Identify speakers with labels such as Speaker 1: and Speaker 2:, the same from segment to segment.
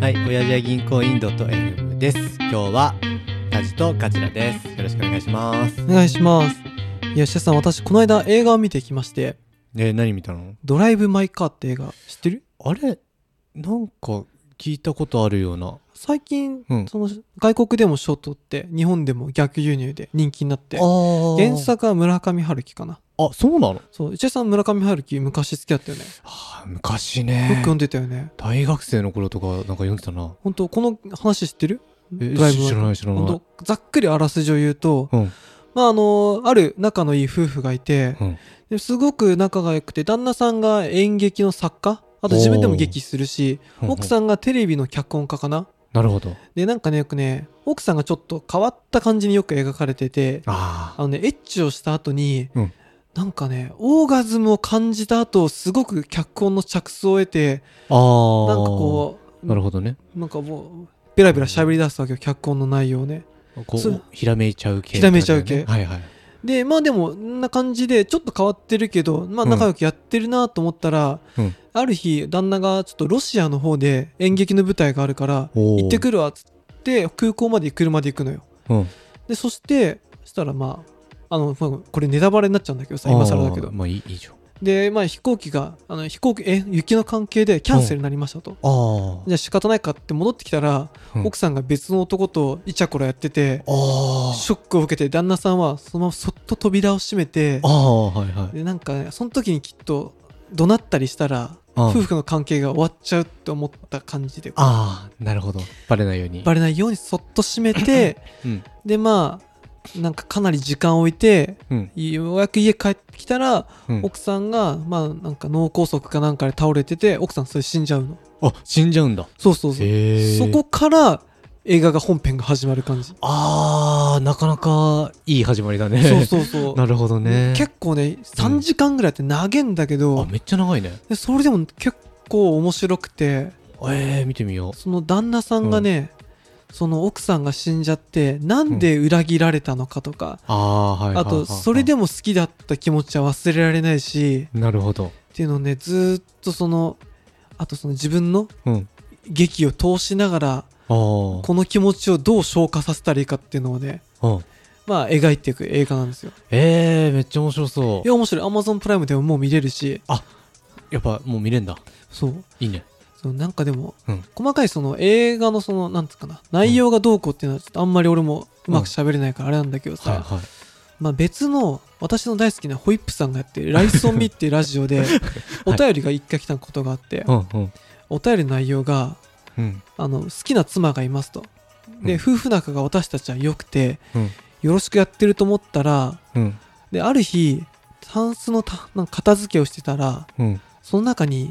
Speaker 1: はい、親父は銀行員 .fm です。今日は、カジとカジラです。よろしくお願いします。
Speaker 2: お願いしますいやシェさん私この間映画を見てきまして
Speaker 1: え、何見たの
Speaker 2: 「ドライブ・マイ・カー」って映画知ってる
Speaker 1: あれ、なんか聞いたことあるような。
Speaker 2: 最近、
Speaker 1: うん
Speaker 2: その外国でも賞取って日本でも逆輸入で人気になって
Speaker 1: あ
Speaker 2: 原。作は村上春樹かな
Speaker 1: あ、そうなの
Speaker 2: そうシェさん村上春樹昔好きだったよねよ
Speaker 1: あー昔
Speaker 2: く
Speaker 1: ね。
Speaker 2: 読んでたよね
Speaker 1: 大学生の頃とかなんか読んでたな。
Speaker 2: 本当この話知ってる
Speaker 1: え、
Speaker 2: ドライブ
Speaker 1: 知らない知らない。
Speaker 2: 本当ざっくりあらすじを言うと、
Speaker 1: うん
Speaker 2: まああのある仲のいい夫婦がいて、
Speaker 1: うん
Speaker 2: ですごく仲が良くて旦那さんが演劇の作家あと自分でも劇するし
Speaker 1: うんうん
Speaker 2: 奥さんがテレビの脚本家かな
Speaker 1: なるほど。
Speaker 2: でなんかねよくね奥さんがちょっと変わった感じによく描かれてて
Speaker 1: あ
Speaker 2: あのねエッチをした後に、
Speaker 1: うん
Speaker 2: なんかねオーガズムを感じた後すごく脚本の着想を得て
Speaker 1: あ。ああ。
Speaker 2: なんかこう
Speaker 1: なるほどね。
Speaker 2: なんかもうベラベラ喋り出すわけよ脚本の内容をね
Speaker 1: こ
Speaker 2: そうう、
Speaker 1: ひらめいちゃう系、
Speaker 2: ひらめいちゃう系
Speaker 1: はいはい。
Speaker 2: でまあでもんな感じでちょっと変わってるけど、まあ、
Speaker 1: うん
Speaker 2: 仲良くやってるなと思ったら、
Speaker 1: うん
Speaker 2: ある日旦那がちょっとロシアの方で演劇の舞台があるから
Speaker 1: おー
Speaker 2: 行ってくるわっつって空港まで車で行くのよ
Speaker 1: うん。
Speaker 2: でそしてそしたらまああのまあこれネタバレになっちゃうんだけどさ今更だけ
Speaker 1: あ
Speaker 2: ど
Speaker 1: ーまあいいいいじゃん。
Speaker 2: で、まあ、飛行機があの飛行機え雪の関係でキャンセルになりましたと、
Speaker 1: あ
Speaker 2: じゃあ仕方ないかって戻ってきたら、
Speaker 1: うん
Speaker 2: 奥さんが別の男とイチャコラやってて
Speaker 1: あ
Speaker 2: ショックを受けて旦那さんはそのままそっと扉を閉めて
Speaker 1: ああ、はいはい。
Speaker 2: でなんか、ね、その時にきっと怒鳴ったりしたら
Speaker 1: うん
Speaker 2: 夫婦の関係が終わっちゃうって思った感じでバ
Speaker 1: ああ、なるほど。バレないように。
Speaker 2: レないようにそっと閉 めて
Speaker 1: うん。
Speaker 2: でまあなんかかなり時間を置いて
Speaker 1: うん。
Speaker 2: ようやく家帰ってきたら、
Speaker 1: うん
Speaker 2: 奥さんがまあなんか脳梗塞かなんかで倒れてて奥さんそれ死んじゃうの
Speaker 1: あ、死んじゃうんだ。
Speaker 2: そうそうそう
Speaker 1: へえ。
Speaker 2: そこから映画が本編が始まる感じ
Speaker 1: ああ、なかなかいい始まりだね。
Speaker 2: そうそうそう
Speaker 1: なるほどね。
Speaker 2: 結構ね3時間ぐらいって長えんだけど、
Speaker 1: あ、めっちゃ長いね。
Speaker 2: でそれでも結構面白くて
Speaker 1: ええ見てみよう。
Speaker 2: その旦那さんがね、その奥さんが死んじゃってなんで裏切られたのかとか、
Speaker 1: ああー、はいはい
Speaker 2: あ
Speaker 1: はいはい。
Speaker 2: とそれでも好きだった気持ちは忘れられないし
Speaker 1: なるほど。
Speaker 2: っていうのをねずーっとそのあとその自分の
Speaker 1: うん。
Speaker 2: 劇を通しながら
Speaker 1: ああ。
Speaker 2: この気持ちをどう消化させたらいいかっていうのをね
Speaker 1: うん。
Speaker 2: まあ描いていく映画なんですよ
Speaker 1: ええめっちゃ面白そ。
Speaker 2: いうや面白い Amazon プライムでももう見れるし
Speaker 1: やっぱもう見れんだ。
Speaker 2: そう
Speaker 1: いいね。
Speaker 2: そのなんかでも、
Speaker 1: うん
Speaker 2: 細かいその映画のそのなんつうかな内容がどうこうっていうのはちょっとあんまり俺もうまく喋れないからあれなんだけどさ、
Speaker 1: はいはい。
Speaker 2: まあ、別の私の大好きなホイップさんがやってる「ライソンビ」っていうラジオでお便りが一回来たことがあって、
Speaker 1: うんうん。
Speaker 2: お便りの内容が
Speaker 1: うん。
Speaker 2: あの「好きな妻がいますと」で、
Speaker 1: うん
Speaker 2: 夫婦仲が私たちは良くて、
Speaker 1: うん
Speaker 2: よろしくやってると思ったら
Speaker 1: うん。
Speaker 2: である日タンスのたなんか片付けをしてたら
Speaker 1: うん。
Speaker 2: その中に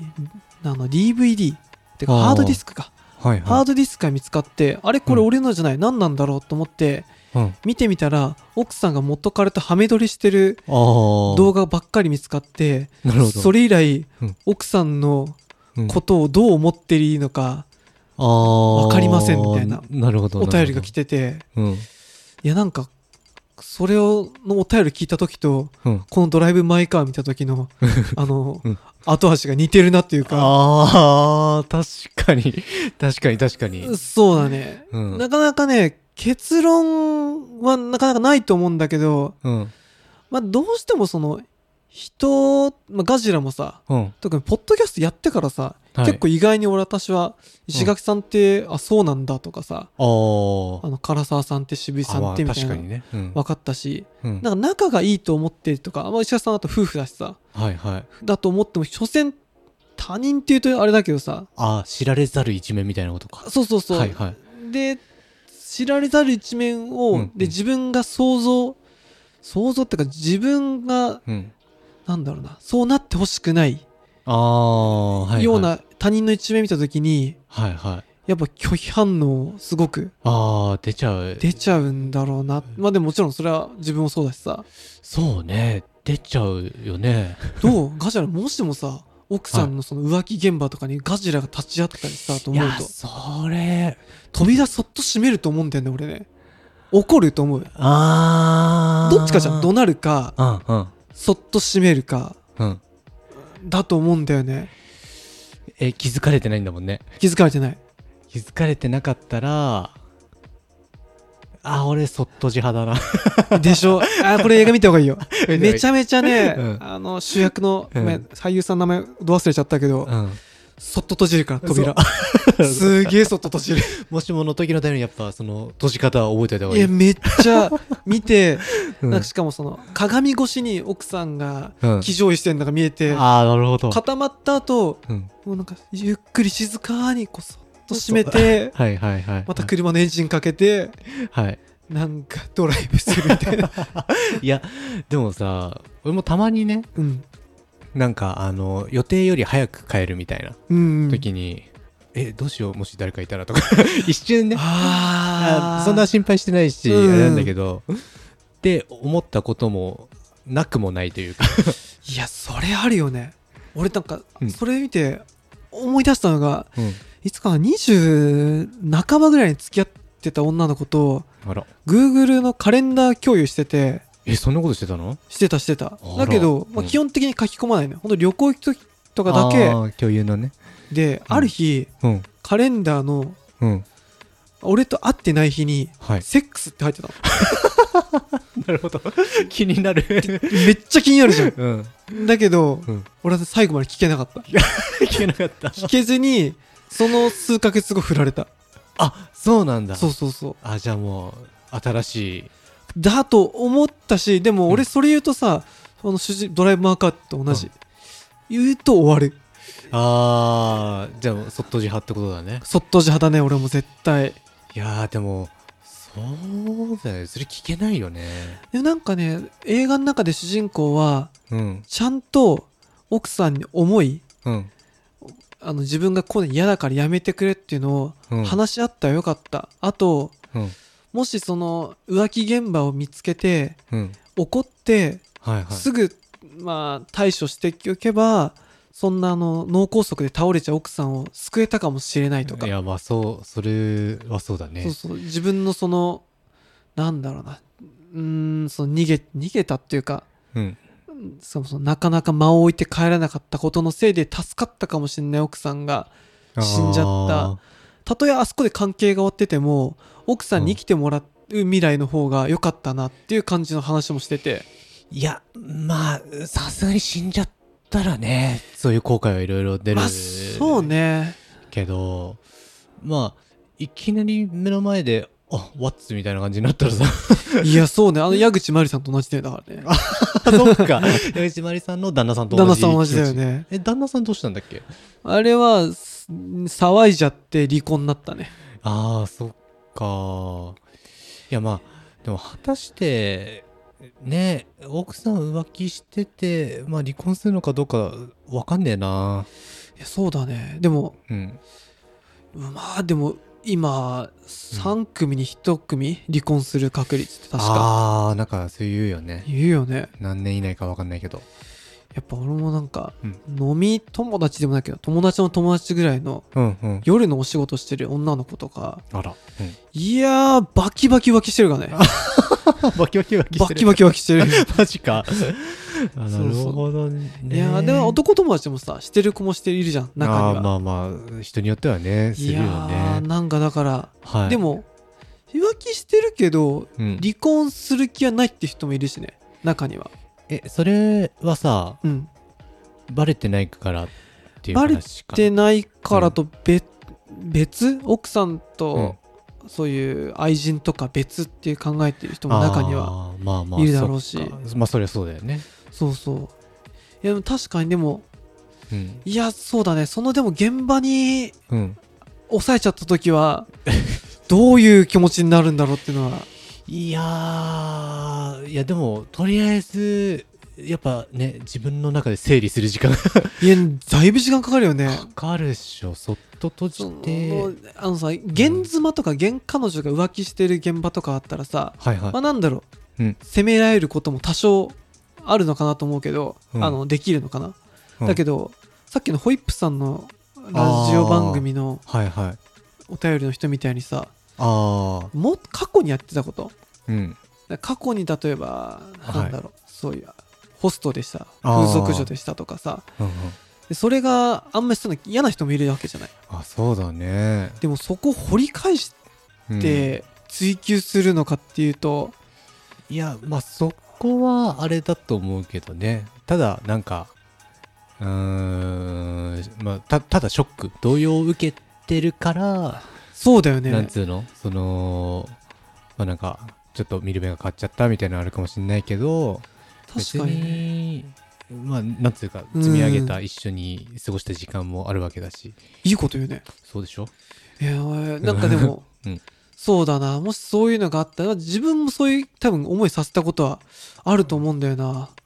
Speaker 2: あの DVD ってか
Speaker 1: あー
Speaker 2: ハードディスクか
Speaker 1: はい
Speaker 2: ハー
Speaker 1: は
Speaker 2: ドディスクが見つかってあれこれ俺のじゃない、何なんだろうと思って
Speaker 1: い。うん。
Speaker 2: 見てみたら奥さんが元彼とハメ撮りしてる
Speaker 1: ああ。
Speaker 2: 動画ばっかり見つかって
Speaker 1: なるほど。
Speaker 2: それ以来、
Speaker 1: うん
Speaker 2: 奥さんの
Speaker 1: うん
Speaker 2: ことをどう思っていいのか、
Speaker 1: ああ。
Speaker 2: わかりませんみたいな
Speaker 1: なるほど。
Speaker 2: お便りが来
Speaker 1: て。
Speaker 2: てて
Speaker 1: うん。
Speaker 2: いやなんかそれをのお便り聞いた時と
Speaker 1: うん。
Speaker 2: この「ドライブ・マイ・カー」見た時 のあの、
Speaker 1: うん
Speaker 2: 後味が似てるなっていうか
Speaker 1: ああ、確かに。 確かに確かに。
Speaker 2: そうだね、
Speaker 1: うん
Speaker 2: なかなかね結論はなかなかないと思うんだけど
Speaker 1: うん。
Speaker 2: まあ、どうしてもその人、まあ、ガジラもさ
Speaker 1: うん。
Speaker 2: 特にポッドキャストやってからさ、
Speaker 1: はい
Speaker 2: 結構意外に俺私は石垣さんって、あそうなんだとかさ
Speaker 1: あー
Speaker 2: あの唐沢さんって渋井さ
Speaker 1: あ。
Speaker 2: んってみたい
Speaker 1: 確か
Speaker 2: な、
Speaker 1: にね。うん。
Speaker 2: 分かったし
Speaker 1: うん
Speaker 2: なんか仲がいいと思ってるとか、まあ、石垣さんだと夫婦だしさ
Speaker 1: はいはい。
Speaker 2: だと思っても所詮他人っていうとあれだけどさ
Speaker 1: ああ、知られざる一面みたいなことか。
Speaker 2: そうそうそう、
Speaker 1: はいはい。
Speaker 2: で知られざる一面を、
Speaker 1: うんうん
Speaker 2: で自分が想像想像っていうか自分が
Speaker 1: うん。
Speaker 2: なんだろうなそうなってほしくない
Speaker 1: ああ、はい、はい。
Speaker 2: よう。な他人の一面見た時に
Speaker 1: はいはい。
Speaker 2: やっぱ拒否反応すごく
Speaker 1: ああ、出ちゃう。
Speaker 2: 出ちゃうんだろうなまあでももちろんそれは自分もそうだしさ
Speaker 1: そうね。出ちゃうよね。
Speaker 2: どうガジラもしもさ奥さんのその浮気現場とかにガジラが立ち会ったりさと
Speaker 1: い
Speaker 2: 思う
Speaker 1: や、
Speaker 2: と
Speaker 1: それ。
Speaker 2: 扉そっと閉めると思うんだよね俺ね怒ると思う
Speaker 1: ああ。
Speaker 2: どっちかじゃん怒鳴るか
Speaker 1: うんうん。
Speaker 2: そっと閉めるか
Speaker 1: うん。
Speaker 2: だと思うんだよね
Speaker 1: え、気づかれてないんだもんね。
Speaker 2: 気づかれてない
Speaker 1: 気づかれてなかったらあ俺そっと地派だ な
Speaker 2: でしょあーこれ映画見た方がいいよめち
Speaker 1: ゃ、
Speaker 2: ゃめちゃね、
Speaker 1: うん
Speaker 2: あの主役の、ごめん
Speaker 1: うん
Speaker 2: 俳優さんの名前ど忘れちゃったけど、
Speaker 1: うん、
Speaker 2: そっと閉じるから扉すげえそっと閉じる
Speaker 1: もしもの時のためにやっぱその閉じ方は覚えておいた方が
Speaker 2: い
Speaker 1: いい
Speaker 2: やめっちゃ見て、
Speaker 1: うん
Speaker 2: なんかしかもその鏡越しに奥さんが
Speaker 1: うん
Speaker 2: 騎乗位してるのが見えて、
Speaker 1: ああなるほど、
Speaker 2: 固まった後
Speaker 1: うん、
Speaker 2: もうなんかゆっくり静かにこうそっと閉めて
Speaker 1: はいはいはい
Speaker 2: また車のエンジンかけて
Speaker 1: はい
Speaker 2: なんかドライブする みたいな、
Speaker 1: いやでもさ俺もたまにね
Speaker 2: うん
Speaker 1: なんかあの予定より早く帰るみたいな
Speaker 2: うん、
Speaker 1: 時に、えどうしようもし誰かいたらとか 一瞬ね
Speaker 2: あ
Speaker 1: あ
Speaker 2: あ
Speaker 1: そんな心配してないし、
Speaker 2: うん
Speaker 1: あれなんだけどって思ったこともなくもないというか
Speaker 2: いやそれあるよね俺なんか
Speaker 1: うん
Speaker 2: それ見て思い出したのが、
Speaker 1: うん
Speaker 2: いつかな20半ばぐらいに付き合ってた女の子と
Speaker 1: あら
Speaker 2: Google のカレンダー共有してて
Speaker 1: えそんなことしてたの
Speaker 2: してたしてた
Speaker 1: あら
Speaker 2: だけど、ま
Speaker 1: う
Speaker 2: あ
Speaker 1: ん
Speaker 2: 基本的に書き込まないのほんと旅行行く時とかだけ
Speaker 1: あー共有のね
Speaker 2: である日
Speaker 1: うん
Speaker 2: カレンダーの
Speaker 1: うん
Speaker 2: 俺と会ってない日に
Speaker 1: はい
Speaker 2: セックスって入ってたの
Speaker 1: なるほど気になる
Speaker 2: めっちゃ気になるじゃ
Speaker 1: うん
Speaker 2: んだけど、
Speaker 1: うん
Speaker 2: 俺は最後まで聞けなかった
Speaker 1: 聞けなかった
Speaker 2: 聞けずにその数ヶ月後振られた
Speaker 1: あそうなんだ
Speaker 2: そうそうそう
Speaker 1: あじゃあもう新しい
Speaker 2: だと思ったしでも
Speaker 1: うん
Speaker 2: 俺それ言うとさ、あの主人ドライブマーカーと同じ、
Speaker 1: う
Speaker 2: 言うと終わる
Speaker 1: あーじゃあそっと自派ってことだね
Speaker 2: そっと地派だね俺も絶対
Speaker 1: いやーでもそうだよねそれ聞けないよね
Speaker 2: でなんかね映画の中で主人公は
Speaker 1: うん
Speaker 2: ちゃんと奥さんに思い
Speaker 1: うん
Speaker 2: あの自分がこういうの嫌だからやめてくれっていうの
Speaker 1: う
Speaker 2: を
Speaker 1: ん
Speaker 2: 話し合ったらよかった、あと
Speaker 1: うん
Speaker 2: もしその浮気現場を見つけて
Speaker 1: うん
Speaker 2: 怒って
Speaker 1: はいはい
Speaker 2: すぐ、まあ、対処しておけばそんなあの脳梗塞で倒れちゃう奥さんを救えたかもしれないとか
Speaker 1: いやまあそうそれはそうだね
Speaker 2: そうそう自分のそのなんだろうなうーんその逃げ逃げたっていうか
Speaker 1: うん
Speaker 2: うんそもそもなかなか間を置いて帰らなかったことのせいで助かったかもしれない奥さんが死んじゃった
Speaker 1: あ
Speaker 2: たとえあそこで関係が終わってても奥さんに生きてもらう未来の方が良かったなっていう感じの話もしてて
Speaker 1: ーいやまあさすがに死んじゃったらねそういう後悔はいろいろ出る
Speaker 2: まあそうね
Speaker 1: けどまあいきなり目の前であワッツみたいな感じになったら さ
Speaker 2: いやそうねあの矢口真理さんと同じだよだからね
Speaker 1: そっか矢口まりさんの旦那さんと
Speaker 2: 旦
Speaker 1: 同
Speaker 2: 那
Speaker 1: じ
Speaker 2: さん同じだよね
Speaker 1: え旦那さんどうしたんだっけ
Speaker 2: あれはす騒いじゃって離婚になったね
Speaker 1: ああそっかいやまあでも果たしてね奥さん浮気しててまあ離婚するのかどうかわかんねえない
Speaker 2: やそうだねでも
Speaker 1: うん
Speaker 2: まあでも今3組に1組離婚する確率って確か
Speaker 1: ああなんかそう言うよね
Speaker 2: 言うよね
Speaker 1: 何年以内かわかんないけど
Speaker 2: やっぱ俺もなんか
Speaker 1: うん
Speaker 2: 飲み友達でもないけど友達の友達ぐらいの
Speaker 1: うんうん
Speaker 2: 夜のお仕事してる女の子とか
Speaker 1: あら、
Speaker 2: いやーバキバキ浮気してるからね
Speaker 1: バキバキバ
Speaker 2: バキバキ浮気 してる
Speaker 1: マジかあ
Speaker 2: そうそう
Speaker 1: どね
Speaker 2: いやーでも男友達もさしてる子もしているじゃん中に
Speaker 1: あ
Speaker 2: は
Speaker 1: ーまあまあ人によってはねす
Speaker 2: い
Speaker 1: るよ
Speaker 2: や
Speaker 1: ね
Speaker 2: ーなんかだから、
Speaker 1: はい
Speaker 2: で、も浮気してるけど
Speaker 1: うん、
Speaker 2: 離婚する気はないって人もいるしね中には
Speaker 1: えそれはさ
Speaker 2: うん
Speaker 1: バレてないからっていう
Speaker 2: バレ
Speaker 1: 話か
Speaker 2: ってないからと別,、別奥さんと
Speaker 1: と、
Speaker 2: そういう愛人とか別っていう考えてる人も中には
Speaker 1: あーまあまあ
Speaker 2: いるだろうし
Speaker 1: そっかまあそりゃそうだよね
Speaker 2: そうそういやでも確かにでも
Speaker 1: うん
Speaker 2: いやそうだねそのでも現場に
Speaker 1: うん
Speaker 2: 抑えちゃった時はどういう気持ちになるんだろうっていうのはい
Speaker 1: やーいやでもとりあえずやっぱね自分の中で整理する時 間が
Speaker 2: いやだいぶ時間かかるよね
Speaker 1: かかるっしょそっと閉
Speaker 2: そ
Speaker 1: じて
Speaker 2: のあのさ現妻とか現彼女が浮気してる現場とかあったらさ、
Speaker 1: はいはい
Speaker 2: まあなんだろ
Speaker 1: う
Speaker 2: う、
Speaker 1: ん
Speaker 2: 責められることも多少あるのかなと思うけど、
Speaker 1: うん
Speaker 2: あのできるのかな、
Speaker 1: うん
Speaker 2: だけどさっきのホイップさんのラジオ番組の
Speaker 1: はいはい
Speaker 2: お便りの人みたいにさ
Speaker 1: ああ
Speaker 2: も過去にやってたこと
Speaker 1: うん
Speaker 2: 過去に例えば
Speaker 1: はい
Speaker 2: なんだろう、そういうホストでした
Speaker 1: あー
Speaker 2: 風俗女でしたとかさ
Speaker 1: うんうん
Speaker 2: でそれがあんまりそういうの嫌な人もいるわけじゃない
Speaker 1: あそうだね
Speaker 2: でもそこ掘り返し
Speaker 1: うん
Speaker 2: て追求するのかっていうと、
Speaker 1: いやまあそこはあれだと思うけどねただなんかうーんまあたただショック動揺を受けてるから
Speaker 2: そうだよね
Speaker 1: なんつうのそのまあなんかちょっと見る目が変わっちゃったみたいなのあるかもしれないけど
Speaker 2: 確かにね
Speaker 1: 別にまあなんつうか積み上げた一緒に過ごした時間もあるわけだし、
Speaker 2: いいこと言うね
Speaker 1: そうでしょ
Speaker 2: いやなんか でも、
Speaker 1: うん
Speaker 2: そうだなもしそういうのがあったら自分もそういう多分思いさせたことはあると思うんだよな、
Speaker 1: あ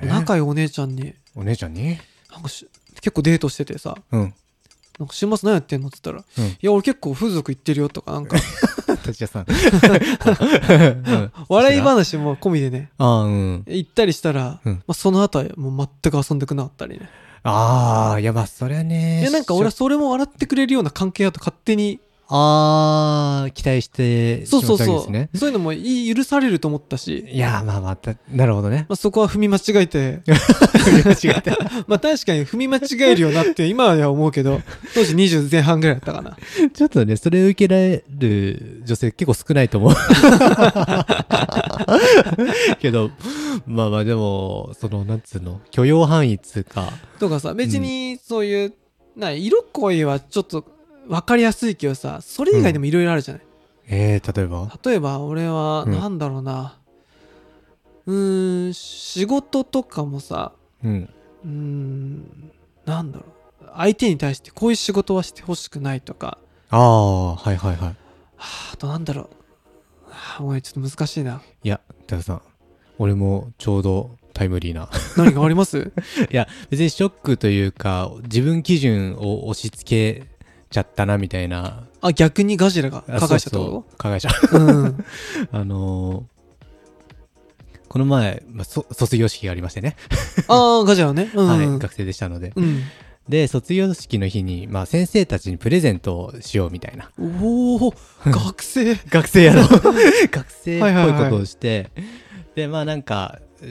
Speaker 1: あ
Speaker 2: 仲良いお姉ちゃんに
Speaker 1: お姉ちゃんに
Speaker 2: なんかし結構デートしててさ
Speaker 1: うん
Speaker 2: 「なんか週末何やってんの?」っつったら「
Speaker 1: うん
Speaker 2: いや俺結構風俗行ってるよ」とか なんか
Speaker 1: 達也さん、 うん
Speaker 2: 笑い話も込みでね
Speaker 1: ああうん
Speaker 2: 行ったりしたら、
Speaker 1: うん
Speaker 2: まあ、その後はもう全く遊んでくなかったりね
Speaker 1: ああいやまあそりゃね
Speaker 2: いやなんか俺はそれも笑ってくれるような関係だと勝手に
Speaker 1: ああ期待して
Speaker 2: そうそうそう、
Speaker 1: ね
Speaker 2: そういうのもいい許されると思ったし、
Speaker 1: いやまあまたなるほど ね
Speaker 2: まあ、そこは踏み間違えて
Speaker 1: 違った
Speaker 2: まあ確かに踏み間違えるよなって今は思うけど当時20前半ぐらいだったかな
Speaker 1: ちょっとね、それを受けられる女性結構少ないと思 う。けど、まあまあでも、その、なんつうの、許容範囲っつうか、
Speaker 2: とかさ別にそういう、な色恋はちょっと分かりやすいけどさそれ以外でもいろいろあるじゃない、
Speaker 1: えー、例えば
Speaker 2: 例えば俺は
Speaker 1: うん
Speaker 2: なんだろうなうーん仕事とかもさ
Speaker 1: うん。
Speaker 2: うーんなんだろう相手に対してこういう仕事はしてほしくないとか
Speaker 1: ああ、はいはいはい。
Speaker 2: はああとなんだろうはあごめんちょっと難しいない
Speaker 1: や、田さん、俺もちょうどタイムリーな。
Speaker 2: 何かあります
Speaker 1: いや、別にショックというか、自分基準を押し付けちゃったな、みたいな。
Speaker 2: あ逆にガジラが
Speaker 1: あ
Speaker 2: 加害者って
Speaker 1: そう
Speaker 2: こ
Speaker 1: そう加害者。
Speaker 2: とうん
Speaker 1: あのーこの前、まあ、そ卒業式がありましてね。
Speaker 2: ああガジラねうん、
Speaker 1: はい、学生でしたので。
Speaker 2: うん
Speaker 1: で、卒業式の日に、まあ、先生たちにプレゼントをしようみたいな。
Speaker 2: おお 学生
Speaker 1: 学生やろ 学生っ
Speaker 2: はいは
Speaker 1: ぽ
Speaker 2: い
Speaker 1: い
Speaker 2: はい
Speaker 1: ことをして、で、まあなんか、う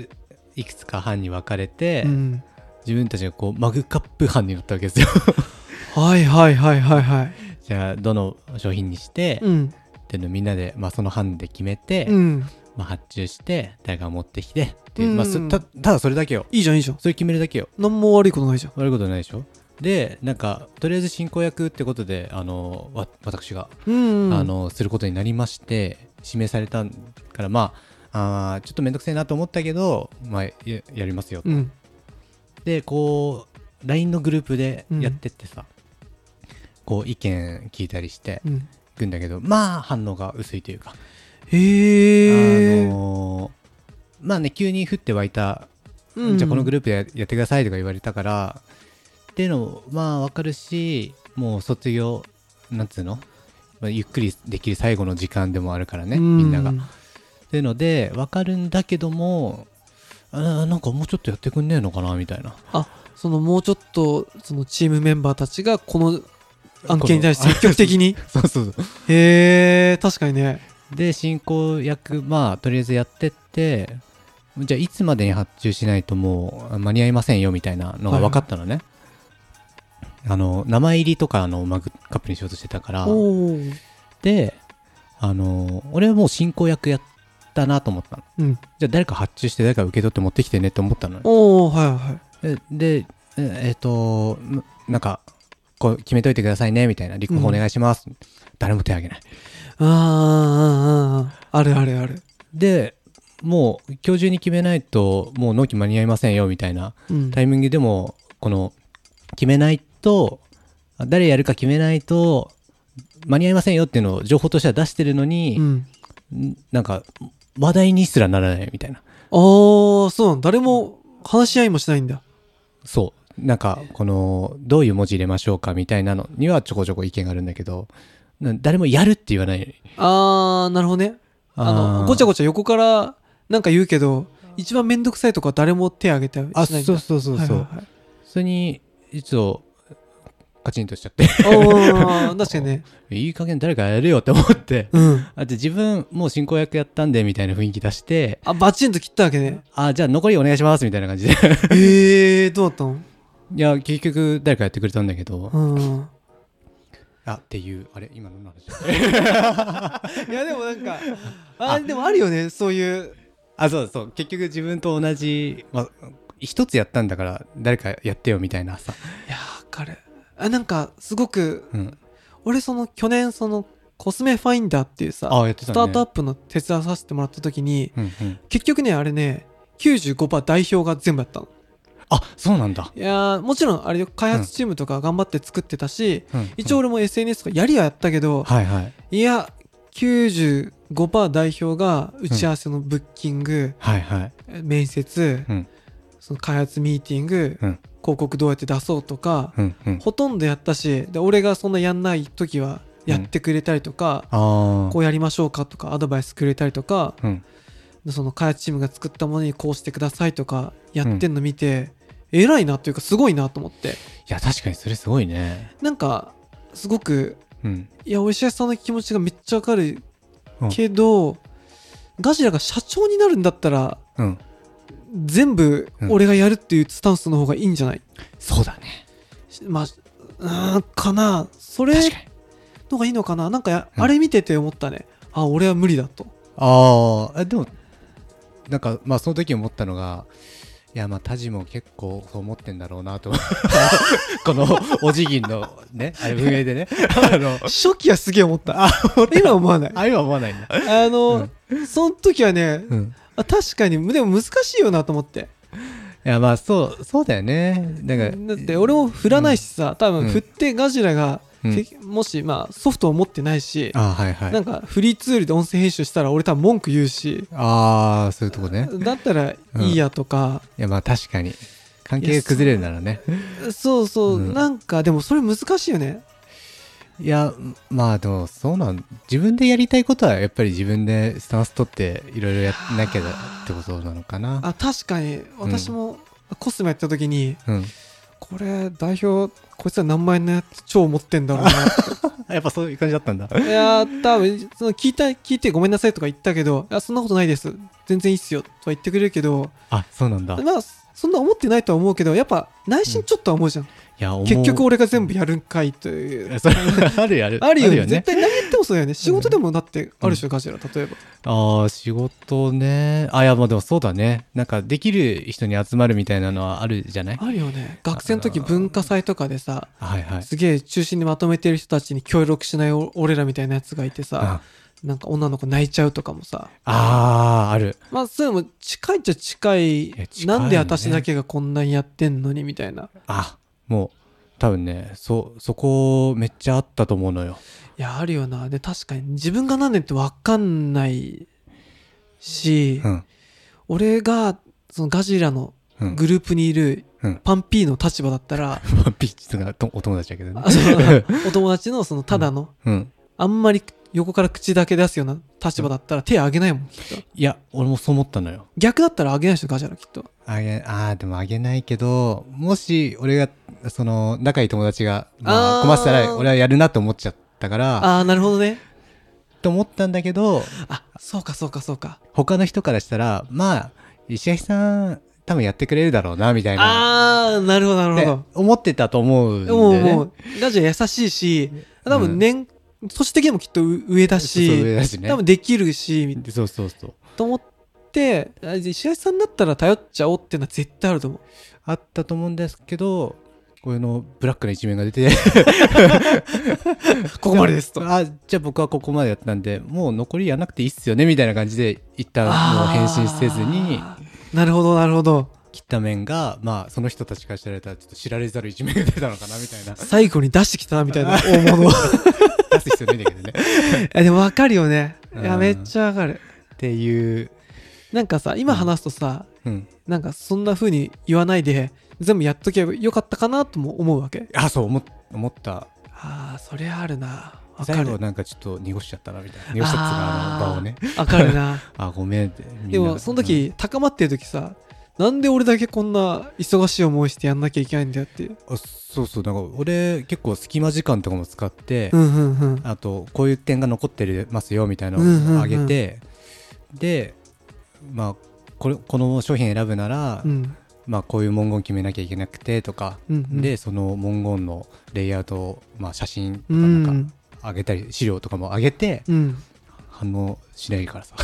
Speaker 1: いくつか班に分かれて、
Speaker 2: うん
Speaker 1: 自分たちがこう、マグカップ班になったわけですよ。
Speaker 2: はいはいはいはいはい
Speaker 1: じゃあ、どの商品にして、
Speaker 2: う
Speaker 1: っ
Speaker 2: ん
Speaker 1: ていうのをみんなで、まあその班で決めて、
Speaker 2: うん
Speaker 1: まあ発注して、誰かが持ってきて、っていう、
Speaker 2: うん
Speaker 1: まあそた、ただそれだけよ。
Speaker 2: いいじゃんいいじゃん
Speaker 1: それ決めるだけよ。
Speaker 2: 何も悪いことないじゃん
Speaker 1: 悪いことないでしょで、なんか、とりあえず進行役ってことで、あの、わ私が
Speaker 2: うん、うん、
Speaker 1: あのすることになりまして指名されたからまああーちょっとめんどくせえなと思ったけど、まあ、ややりますよ、
Speaker 2: うん
Speaker 1: でこう LINE のグループでやってってさ、こう意見聞いたりして
Speaker 2: うん
Speaker 1: いくんだけどまあ反応が薄いというか、
Speaker 2: へえ
Speaker 1: あのーまあね急に降って湧いた、
Speaker 2: うん
Speaker 1: じゃあこのグループでややってくださいとか言われたからっていうのもまあわかるしもう卒業なんつうの、まあ、ゆっくりできる最後の時間でもあるからね、
Speaker 2: う
Speaker 1: みんながっていうので分かるんだけどもあなんかもうちょっとやってくんねえのかなみたいな
Speaker 2: そのもうちょっとそのチームメンバーたちがこの案件に対して積極 的に
Speaker 1: そうそうそ
Speaker 2: へえ確かにね
Speaker 1: うで進行役まあとりあえずやってってじゃあいつまでに発注しないともう間に合いませんよみたいなのが分かったのね、あの名前入りとかのマグカップにしようとしてたから
Speaker 2: おおー
Speaker 1: であの俺はもう進行役やったなと思ったの
Speaker 2: うん
Speaker 1: じゃあ誰か発注して誰か受け取って持ってきてねって思ったのね
Speaker 2: おおはいはい
Speaker 1: えで、ええっ、と、ななんか、こう決めといてくださいね、みたいな、立候補お願いします。誰も手挙げない。
Speaker 2: あーあーあーあーあるあるある
Speaker 1: で、もう今日中に決めないと、もう納期間に合いませんよ、みたいな
Speaker 2: うん
Speaker 1: タイミングでも、この、決めないと、あ誰やるか決めないと、間に合いませんよっていうのを情報としては出してるの
Speaker 2: う
Speaker 1: に、
Speaker 2: ん
Speaker 1: んなんか、話題にすらならないみたいな。
Speaker 2: ああそうなん誰も話し合いもしないんだ
Speaker 1: そう。なんか、この、どういう文字入れましょうかみたいなのにはちょこちょこ意見があるんだけど、な誰もやるって言わない。
Speaker 2: ああなるほどねあのごちゃごちゃ横からなんか言うけど一番めんどくさいとこは誰も手挙げてしないんだ
Speaker 1: あ、そうそうそうそう。
Speaker 2: はいはいはい
Speaker 1: それに、一応、カチンとしちゃって、
Speaker 2: おー確かに ね。
Speaker 1: いい加減誰かやれよって思って、
Speaker 2: うん。
Speaker 1: あと自分、もう進行役やったんで、みたいな雰囲気出して、
Speaker 2: あ、バチンと切ったわけね。
Speaker 1: あ、じゃあ残りお願いします、みたいな感じで。
Speaker 2: ええー、どうだったの
Speaker 1: いや、結局、誰かやってくれたんだけど、
Speaker 2: うん。
Speaker 1: あっていうあれ今の話
Speaker 2: いやでもなんかあでもあるよねそういう
Speaker 1: あそうそう結局自分と同じ、まあ、一つやったんだから誰かやってよみたいなさ、
Speaker 2: いやわかるあなんかすごく
Speaker 1: うん、
Speaker 2: 俺その去年そのコスメファインダーっていうさ、
Speaker 1: あやってた
Speaker 2: ス
Speaker 1: ね
Speaker 2: タートアップの手伝わさせてもらった時に
Speaker 1: うんうん、
Speaker 2: 結局ねあれね95%代表が全部やったの
Speaker 1: あそうなんだ、
Speaker 2: いやーもちろんあれよ開発チームとか頑張って作ってたし、
Speaker 1: うんうん
Speaker 2: 一応俺も SNS とかやりはやったけど、
Speaker 1: はいはい
Speaker 2: いや95%代表が打ち合わせのブッキング、
Speaker 1: はいはい
Speaker 2: 面接、
Speaker 1: うん
Speaker 2: その開発ミーティング、
Speaker 1: うん
Speaker 2: 広告どうやって出そうとか、
Speaker 1: うんうん
Speaker 2: ほとんどやったしで俺がそんなやんない時はやってくれたりとか、
Speaker 1: ああ
Speaker 2: こうやりましょうかとかアドバイスくれたりとか
Speaker 1: うん
Speaker 2: その開発チームが作ったものにこうしてくださいとかやってんの見て、偉いなというかすごいなと思って
Speaker 1: いや確かにそれすごいね
Speaker 2: なんかすごく
Speaker 1: うん
Speaker 2: いやお医者さんの気持ちがめっちゃわかる
Speaker 1: うん
Speaker 2: けど、ガジラが社長になるんだったら
Speaker 1: うん
Speaker 2: 全部
Speaker 1: うん
Speaker 2: 俺がやるっていうスタンスの方がいいんじゃない、
Speaker 1: そうだね
Speaker 2: しまあうーんかなそれ
Speaker 1: 確かに
Speaker 2: のがいいのかななんかや、
Speaker 1: うん
Speaker 2: あれ見てて思ったねあ俺は無理だと
Speaker 1: あーあでもなんかまあその時思ったのがいやまあタジも結構そう思ってんだろうな と このお辞儀のねあれ上 でねあの
Speaker 2: 初期はすげえ思った今は思わない
Speaker 1: あれは思わないんだ、
Speaker 2: あの、その時はね、
Speaker 1: うん、
Speaker 2: あ確かにでも難しいよなと思って
Speaker 1: いやまあそうそうだよねなんか
Speaker 2: だって俺も振らないしさ、多分振ってガジラ
Speaker 1: う
Speaker 2: が、
Speaker 1: ん
Speaker 2: てもしまあソフトを持ってないし、
Speaker 1: あはいはい
Speaker 2: なんかフリーツールで音声編集したら俺多分文句言うし
Speaker 1: ああそういうとこね
Speaker 2: だったらいいやとか、
Speaker 1: いやまあ確かに関係が崩れるならね
Speaker 2: そうそう、
Speaker 1: うん
Speaker 2: なんかでもそれ難しいよね
Speaker 1: いやまあでもそうなん自分でやりたいことはやっぱり自分でスタンス取っていろいろやんなきゃってことなのかな
Speaker 2: あ確かに私もコスメやった時に、
Speaker 1: うん
Speaker 2: これ代表こいつは何万円のやつ超持ってんだろうな
Speaker 1: やっぱそういう感じだったんだ
Speaker 2: いやー多分その聞いた聞いてごめんなさいとか言ったけど「あそんなことないです全然いいっすよ」とは言ってくれるけど
Speaker 1: あそうなんだい
Speaker 2: まあそんな思ってないとは思うけどやっぱ内心ちょっとは思うじゃん、
Speaker 1: や思う
Speaker 2: 結局俺が全部やるんかいという
Speaker 1: それ あるある
Speaker 2: あるよね絶
Speaker 1: ね
Speaker 2: 対何やってもそうだよね仕事でもだってあるでしょ、ガジラ例えば
Speaker 1: ああ仕事ねあいやまあでもそうだねなんかできる人に集まるみたいなのはあるじゃない
Speaker 2: あるよね学生の時文化祭とかでさ
Speaker 1: はいはい
Speaker 2: すげえ中心にまとめてる人たちに協力しないお俺らみたいなやつがいてさ
Speaker 1: あ
Speaker 2: なんか女の子泣いちゃうとかもさ
Speaker 1: あーある
Speaker 2: まあそういうのも近いっちゃ近い
Speaker 1: や近いよね
Speaker 2: なんで私だけがこんなにやってんのにみたいな
Speaker 1: あもう多分ねそそこめっちゃあったと思うのよ
Speaker 2: いやあるよなで確かに自分が何年って分かんないし、
Speaker 1: うん
Speaker 2: 俺がそのガジラの
Speaker 1: うん
Speaker 2: グループにいる
Speaker 1: うん
Speaker 2: パンピーの立場だったら、
Speaker 1: ま あビーチとかとお友達だけどね
Speaker 2: あそのお友達のそのただの、
Speaker 1: うん
Speaker 2: あんまり横から口だけ出すような立場だったら手あげないもんきっと
Speaker 1: いや俺もそう思ったのよ
Speaker 2: 逆だったらあげないでしょガジラきっと
Speaker 1: あげあーでもあげないけどもし俺がその仲いい友達が、まあ、
Speaker 2: あー
Speaker 1: 困ってたら俺はやるなと思っちゃったから
Speaker 2: ああーなるほどね
Speaker 1: と思ったんだけど
Speaker 2: あそうかそうかそうか
Speaker 1: 他の人からしたらまあ石橋さん多分やってくれるだろうなみたいな
Speaker 2: ああなるほどなるほ
Speaker 1: で
Speaker 2: ど、
Speaker 1: 思ってたと思うんだ
Speaker 2: も
Speaker 1: よ
Speaker 2: う、
Speaker 1: ね
Speaker 2: もう、ラジオ優しいし、多
Speaker 1: う
Speaker 2: 分
Speaker 1: ん
Speaker 2: 年、年的にもきっと上だし、
Speaker 1: そうそう上だしね
Speaker 2: 多分できるし、
Speaker 1: そうそうそう
Speaker 2: と思って、あ石橋さんだったら頼っちゃおうってのは絶対あると思う。
Speaker 1: あったと思うんですけどこういうのブラックな一面が出て
Speaker 2: ここまでですと。
Speaker 1: あじゃあ僕はここまでやったんでもう残りやんなくていいっすよねみたいな感じで一旦もう返信せずに
Speaker 2: あー。なるほど、なるほど。
Speaker 1: 切った面がまあその人たちから知られたらちょっと知られざる一面が出たのかなみたい な
Speaker 2: 最後に出してきたな、みたいな 大物を。
Speaker 1: 出す必要ないんだけどね
Speaker 2: えでも分かるよね。いうや、
Speaker 1: ん
Speaker 2: めっちゃ分かる。
Speaker 1: っていう、
Speaker 2: なんかさ、今話すとさ、
Speaker 1: うん、
Speaker 2: なんかそんな風に言わないで、全部やっとけばよかったかなとも思うわけ。
Speaker 1: あそう思っ思った
Speaker 2: ああ、それあるな。分か
Speaker 1: 最
Speaker 2: る
Speaker 1: 後。なんかちょっと濁しちゃったなみたいな濁しちゃったなあの場をね
Speaker 2: あーわかるな
Speaker 1: あごめんってみんな
Speaker 2: でもその時、高まってる時さなんで俺だけこんな忙しい思いしてやんなきゃいけないんだよっていう
Speaker 1: うんあそうそうなんか俺結構隙間時間とかも使って、
Speaker 2: うんうんうん
Speaker 1: あとこういう点が残ってますよみたいな
Speaker 2: うんうんう
Speaker 1: の
Speaker 2: ん
Speaker 1: をあげて、でまあこれこの商品選ぶなら、
Speaker 2: うん
Speaker 1: まあ、こういう文言決めなきゃいけなくてとか、
Speaker 2: うんうん
Speaker 1: でその文言のレイアウトを、まあ、写真とか
Speaker 2: う
Speaker 1: なんか
Speaker 2: ん
Speaker 1: 上げたり資料とかも上げて
Speaker 2: うん
Speaker 1: 反応しない からさ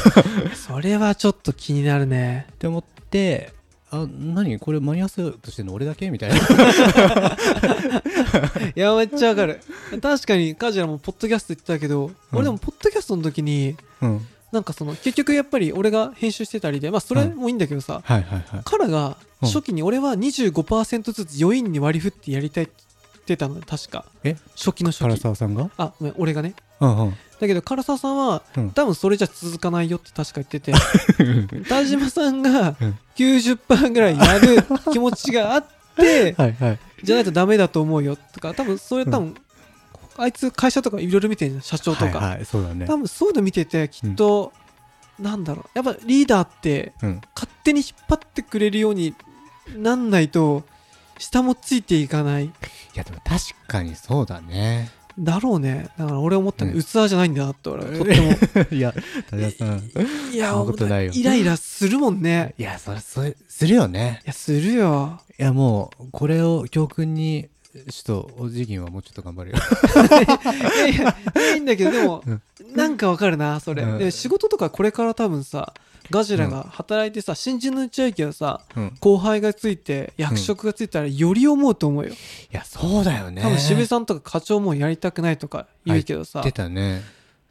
Speaker 2: それはちょっと気になるね
Speaker 1: って思ってあ何これ間に合わせようとしてるの俺だけみ たいな
Speaker 2: いやめっちゃわかる 確かにカジラもポッドキャスト言ってたけど、俺でもポッドキャストの時に
Speaker 1: うん
Speaker 2: なんかその結局やっぱり俺が編集してたりでまあそれもいいんだけどさ、
Speaker 1: はいはいはい
Speaker 2: カラが
Speaker 1: うん
Speaker 2: 初期に俺は25%ずつ余韻に割り振ってやりたいって言ってたの確か
Speaker 1: え
Speaker 2: 初期の初
Speaker 1: 唐
Speaker 2: 期
Speaker 1: 沢さんが
Speaker 2: あごめん俺がね
Speaker 1: うんうん
Speaker 2: だけど唐沢さんは、
Speaker 1: うん
Speaker 2: 多分それじゃ続かないよって確か言っ てて
Speaker 1: は
Speaker 2: 田島さんが
Speaker 1: うん
Speaker 2: 90%ぐらいやる気持ちがあって
Speaker 1: い はい
Speaker 2: じゃないとダメだと思うよとか多分それ多分、あいつ会社とかいろいろ見てるじゃん社長とか、
Speaker 1: はいはいそうだね
Speaker 2: 多分そういうの見ててきっと、なんだろうやっぱリーダーって
Speaker 1: うん
Speaker 2: 勝手に引っ張ってくれるようになんないと下もついていかない
Speaker 1: いやでも確かにそうだね
Speaker 2: だろうねだから俺思ったの、
Speaker 1: うん
Speaker 2: 器じゃないんだなって俺はとって も
Speaker 1: いや田島さん
Speaker 2: いや
Speaker 1: そんなこと ないよ
Speaker 2: イライラするもんね
Speaker 1: いやそれそれするよね
Speaker 2: いやするよ
Speaker 1: いやもうこれを教訓にちょっとお辞儀はもうちょっと頑張るよ
Speaker 2: いやいやいいんだけどでも、
Speaker 1: うん
Speaker 2: なんかわかるなそれ、
Speaker 1: うん
Speaker 2: で仕事とかこれから多分さガジラが働いてさ新人の打ち上げはさ
Speaker 1: うん
Speaker 2: 後輩がついて役職がついたらより思うと思うよ、
Speaker 1: いやそうだよね
Speaker 2: 多分渋
Speaker 1: っ
Speaker 2: さんとか課長もやりたくないとか言うけどさ、
Speaker 1: てたね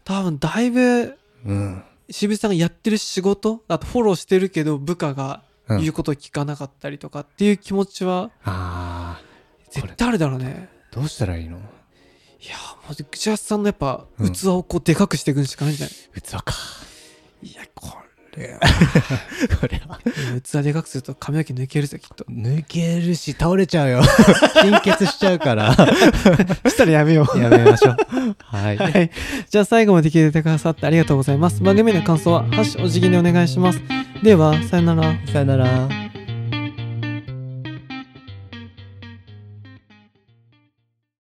Speaker 2: 多分だいぶ
Speaker 1: うん
Speaker 2: 渋さんがやってる仕事あとフォローしてるけど部下が
Speaker 1: うん
Speaker 2: 言うことを聞かなかったりとかっていう気持ちは
Speaker 1: あ
Speaker 2: 絶対あるだろうね
Speaker 1: ーどうしたらいいの
Speaker 2: いやもう口橋さんのやっぱ
Speaker 1: うん
Speaker 2: 器をこうでかくしていくんしかないんじゃない、
Speaker 1: 器 か
Speaker 2: いやこれは
Speaker 1: これはい
Speaker 2: や器でかくすると髪の毛抜けるぜきっと
Speaker 1: 抜けるし倒れちゃ うよ貧血しちゃうから
Speaker 2: したらやめよう
Speaker 1: やめましょう はい
Speaker 2: はい。じゃあ最後まで聞いてくださってありがとうございます。番組への感想は、ハッシュお辞儀でお願いします。では、さよなら。
Speaker 1: さよなら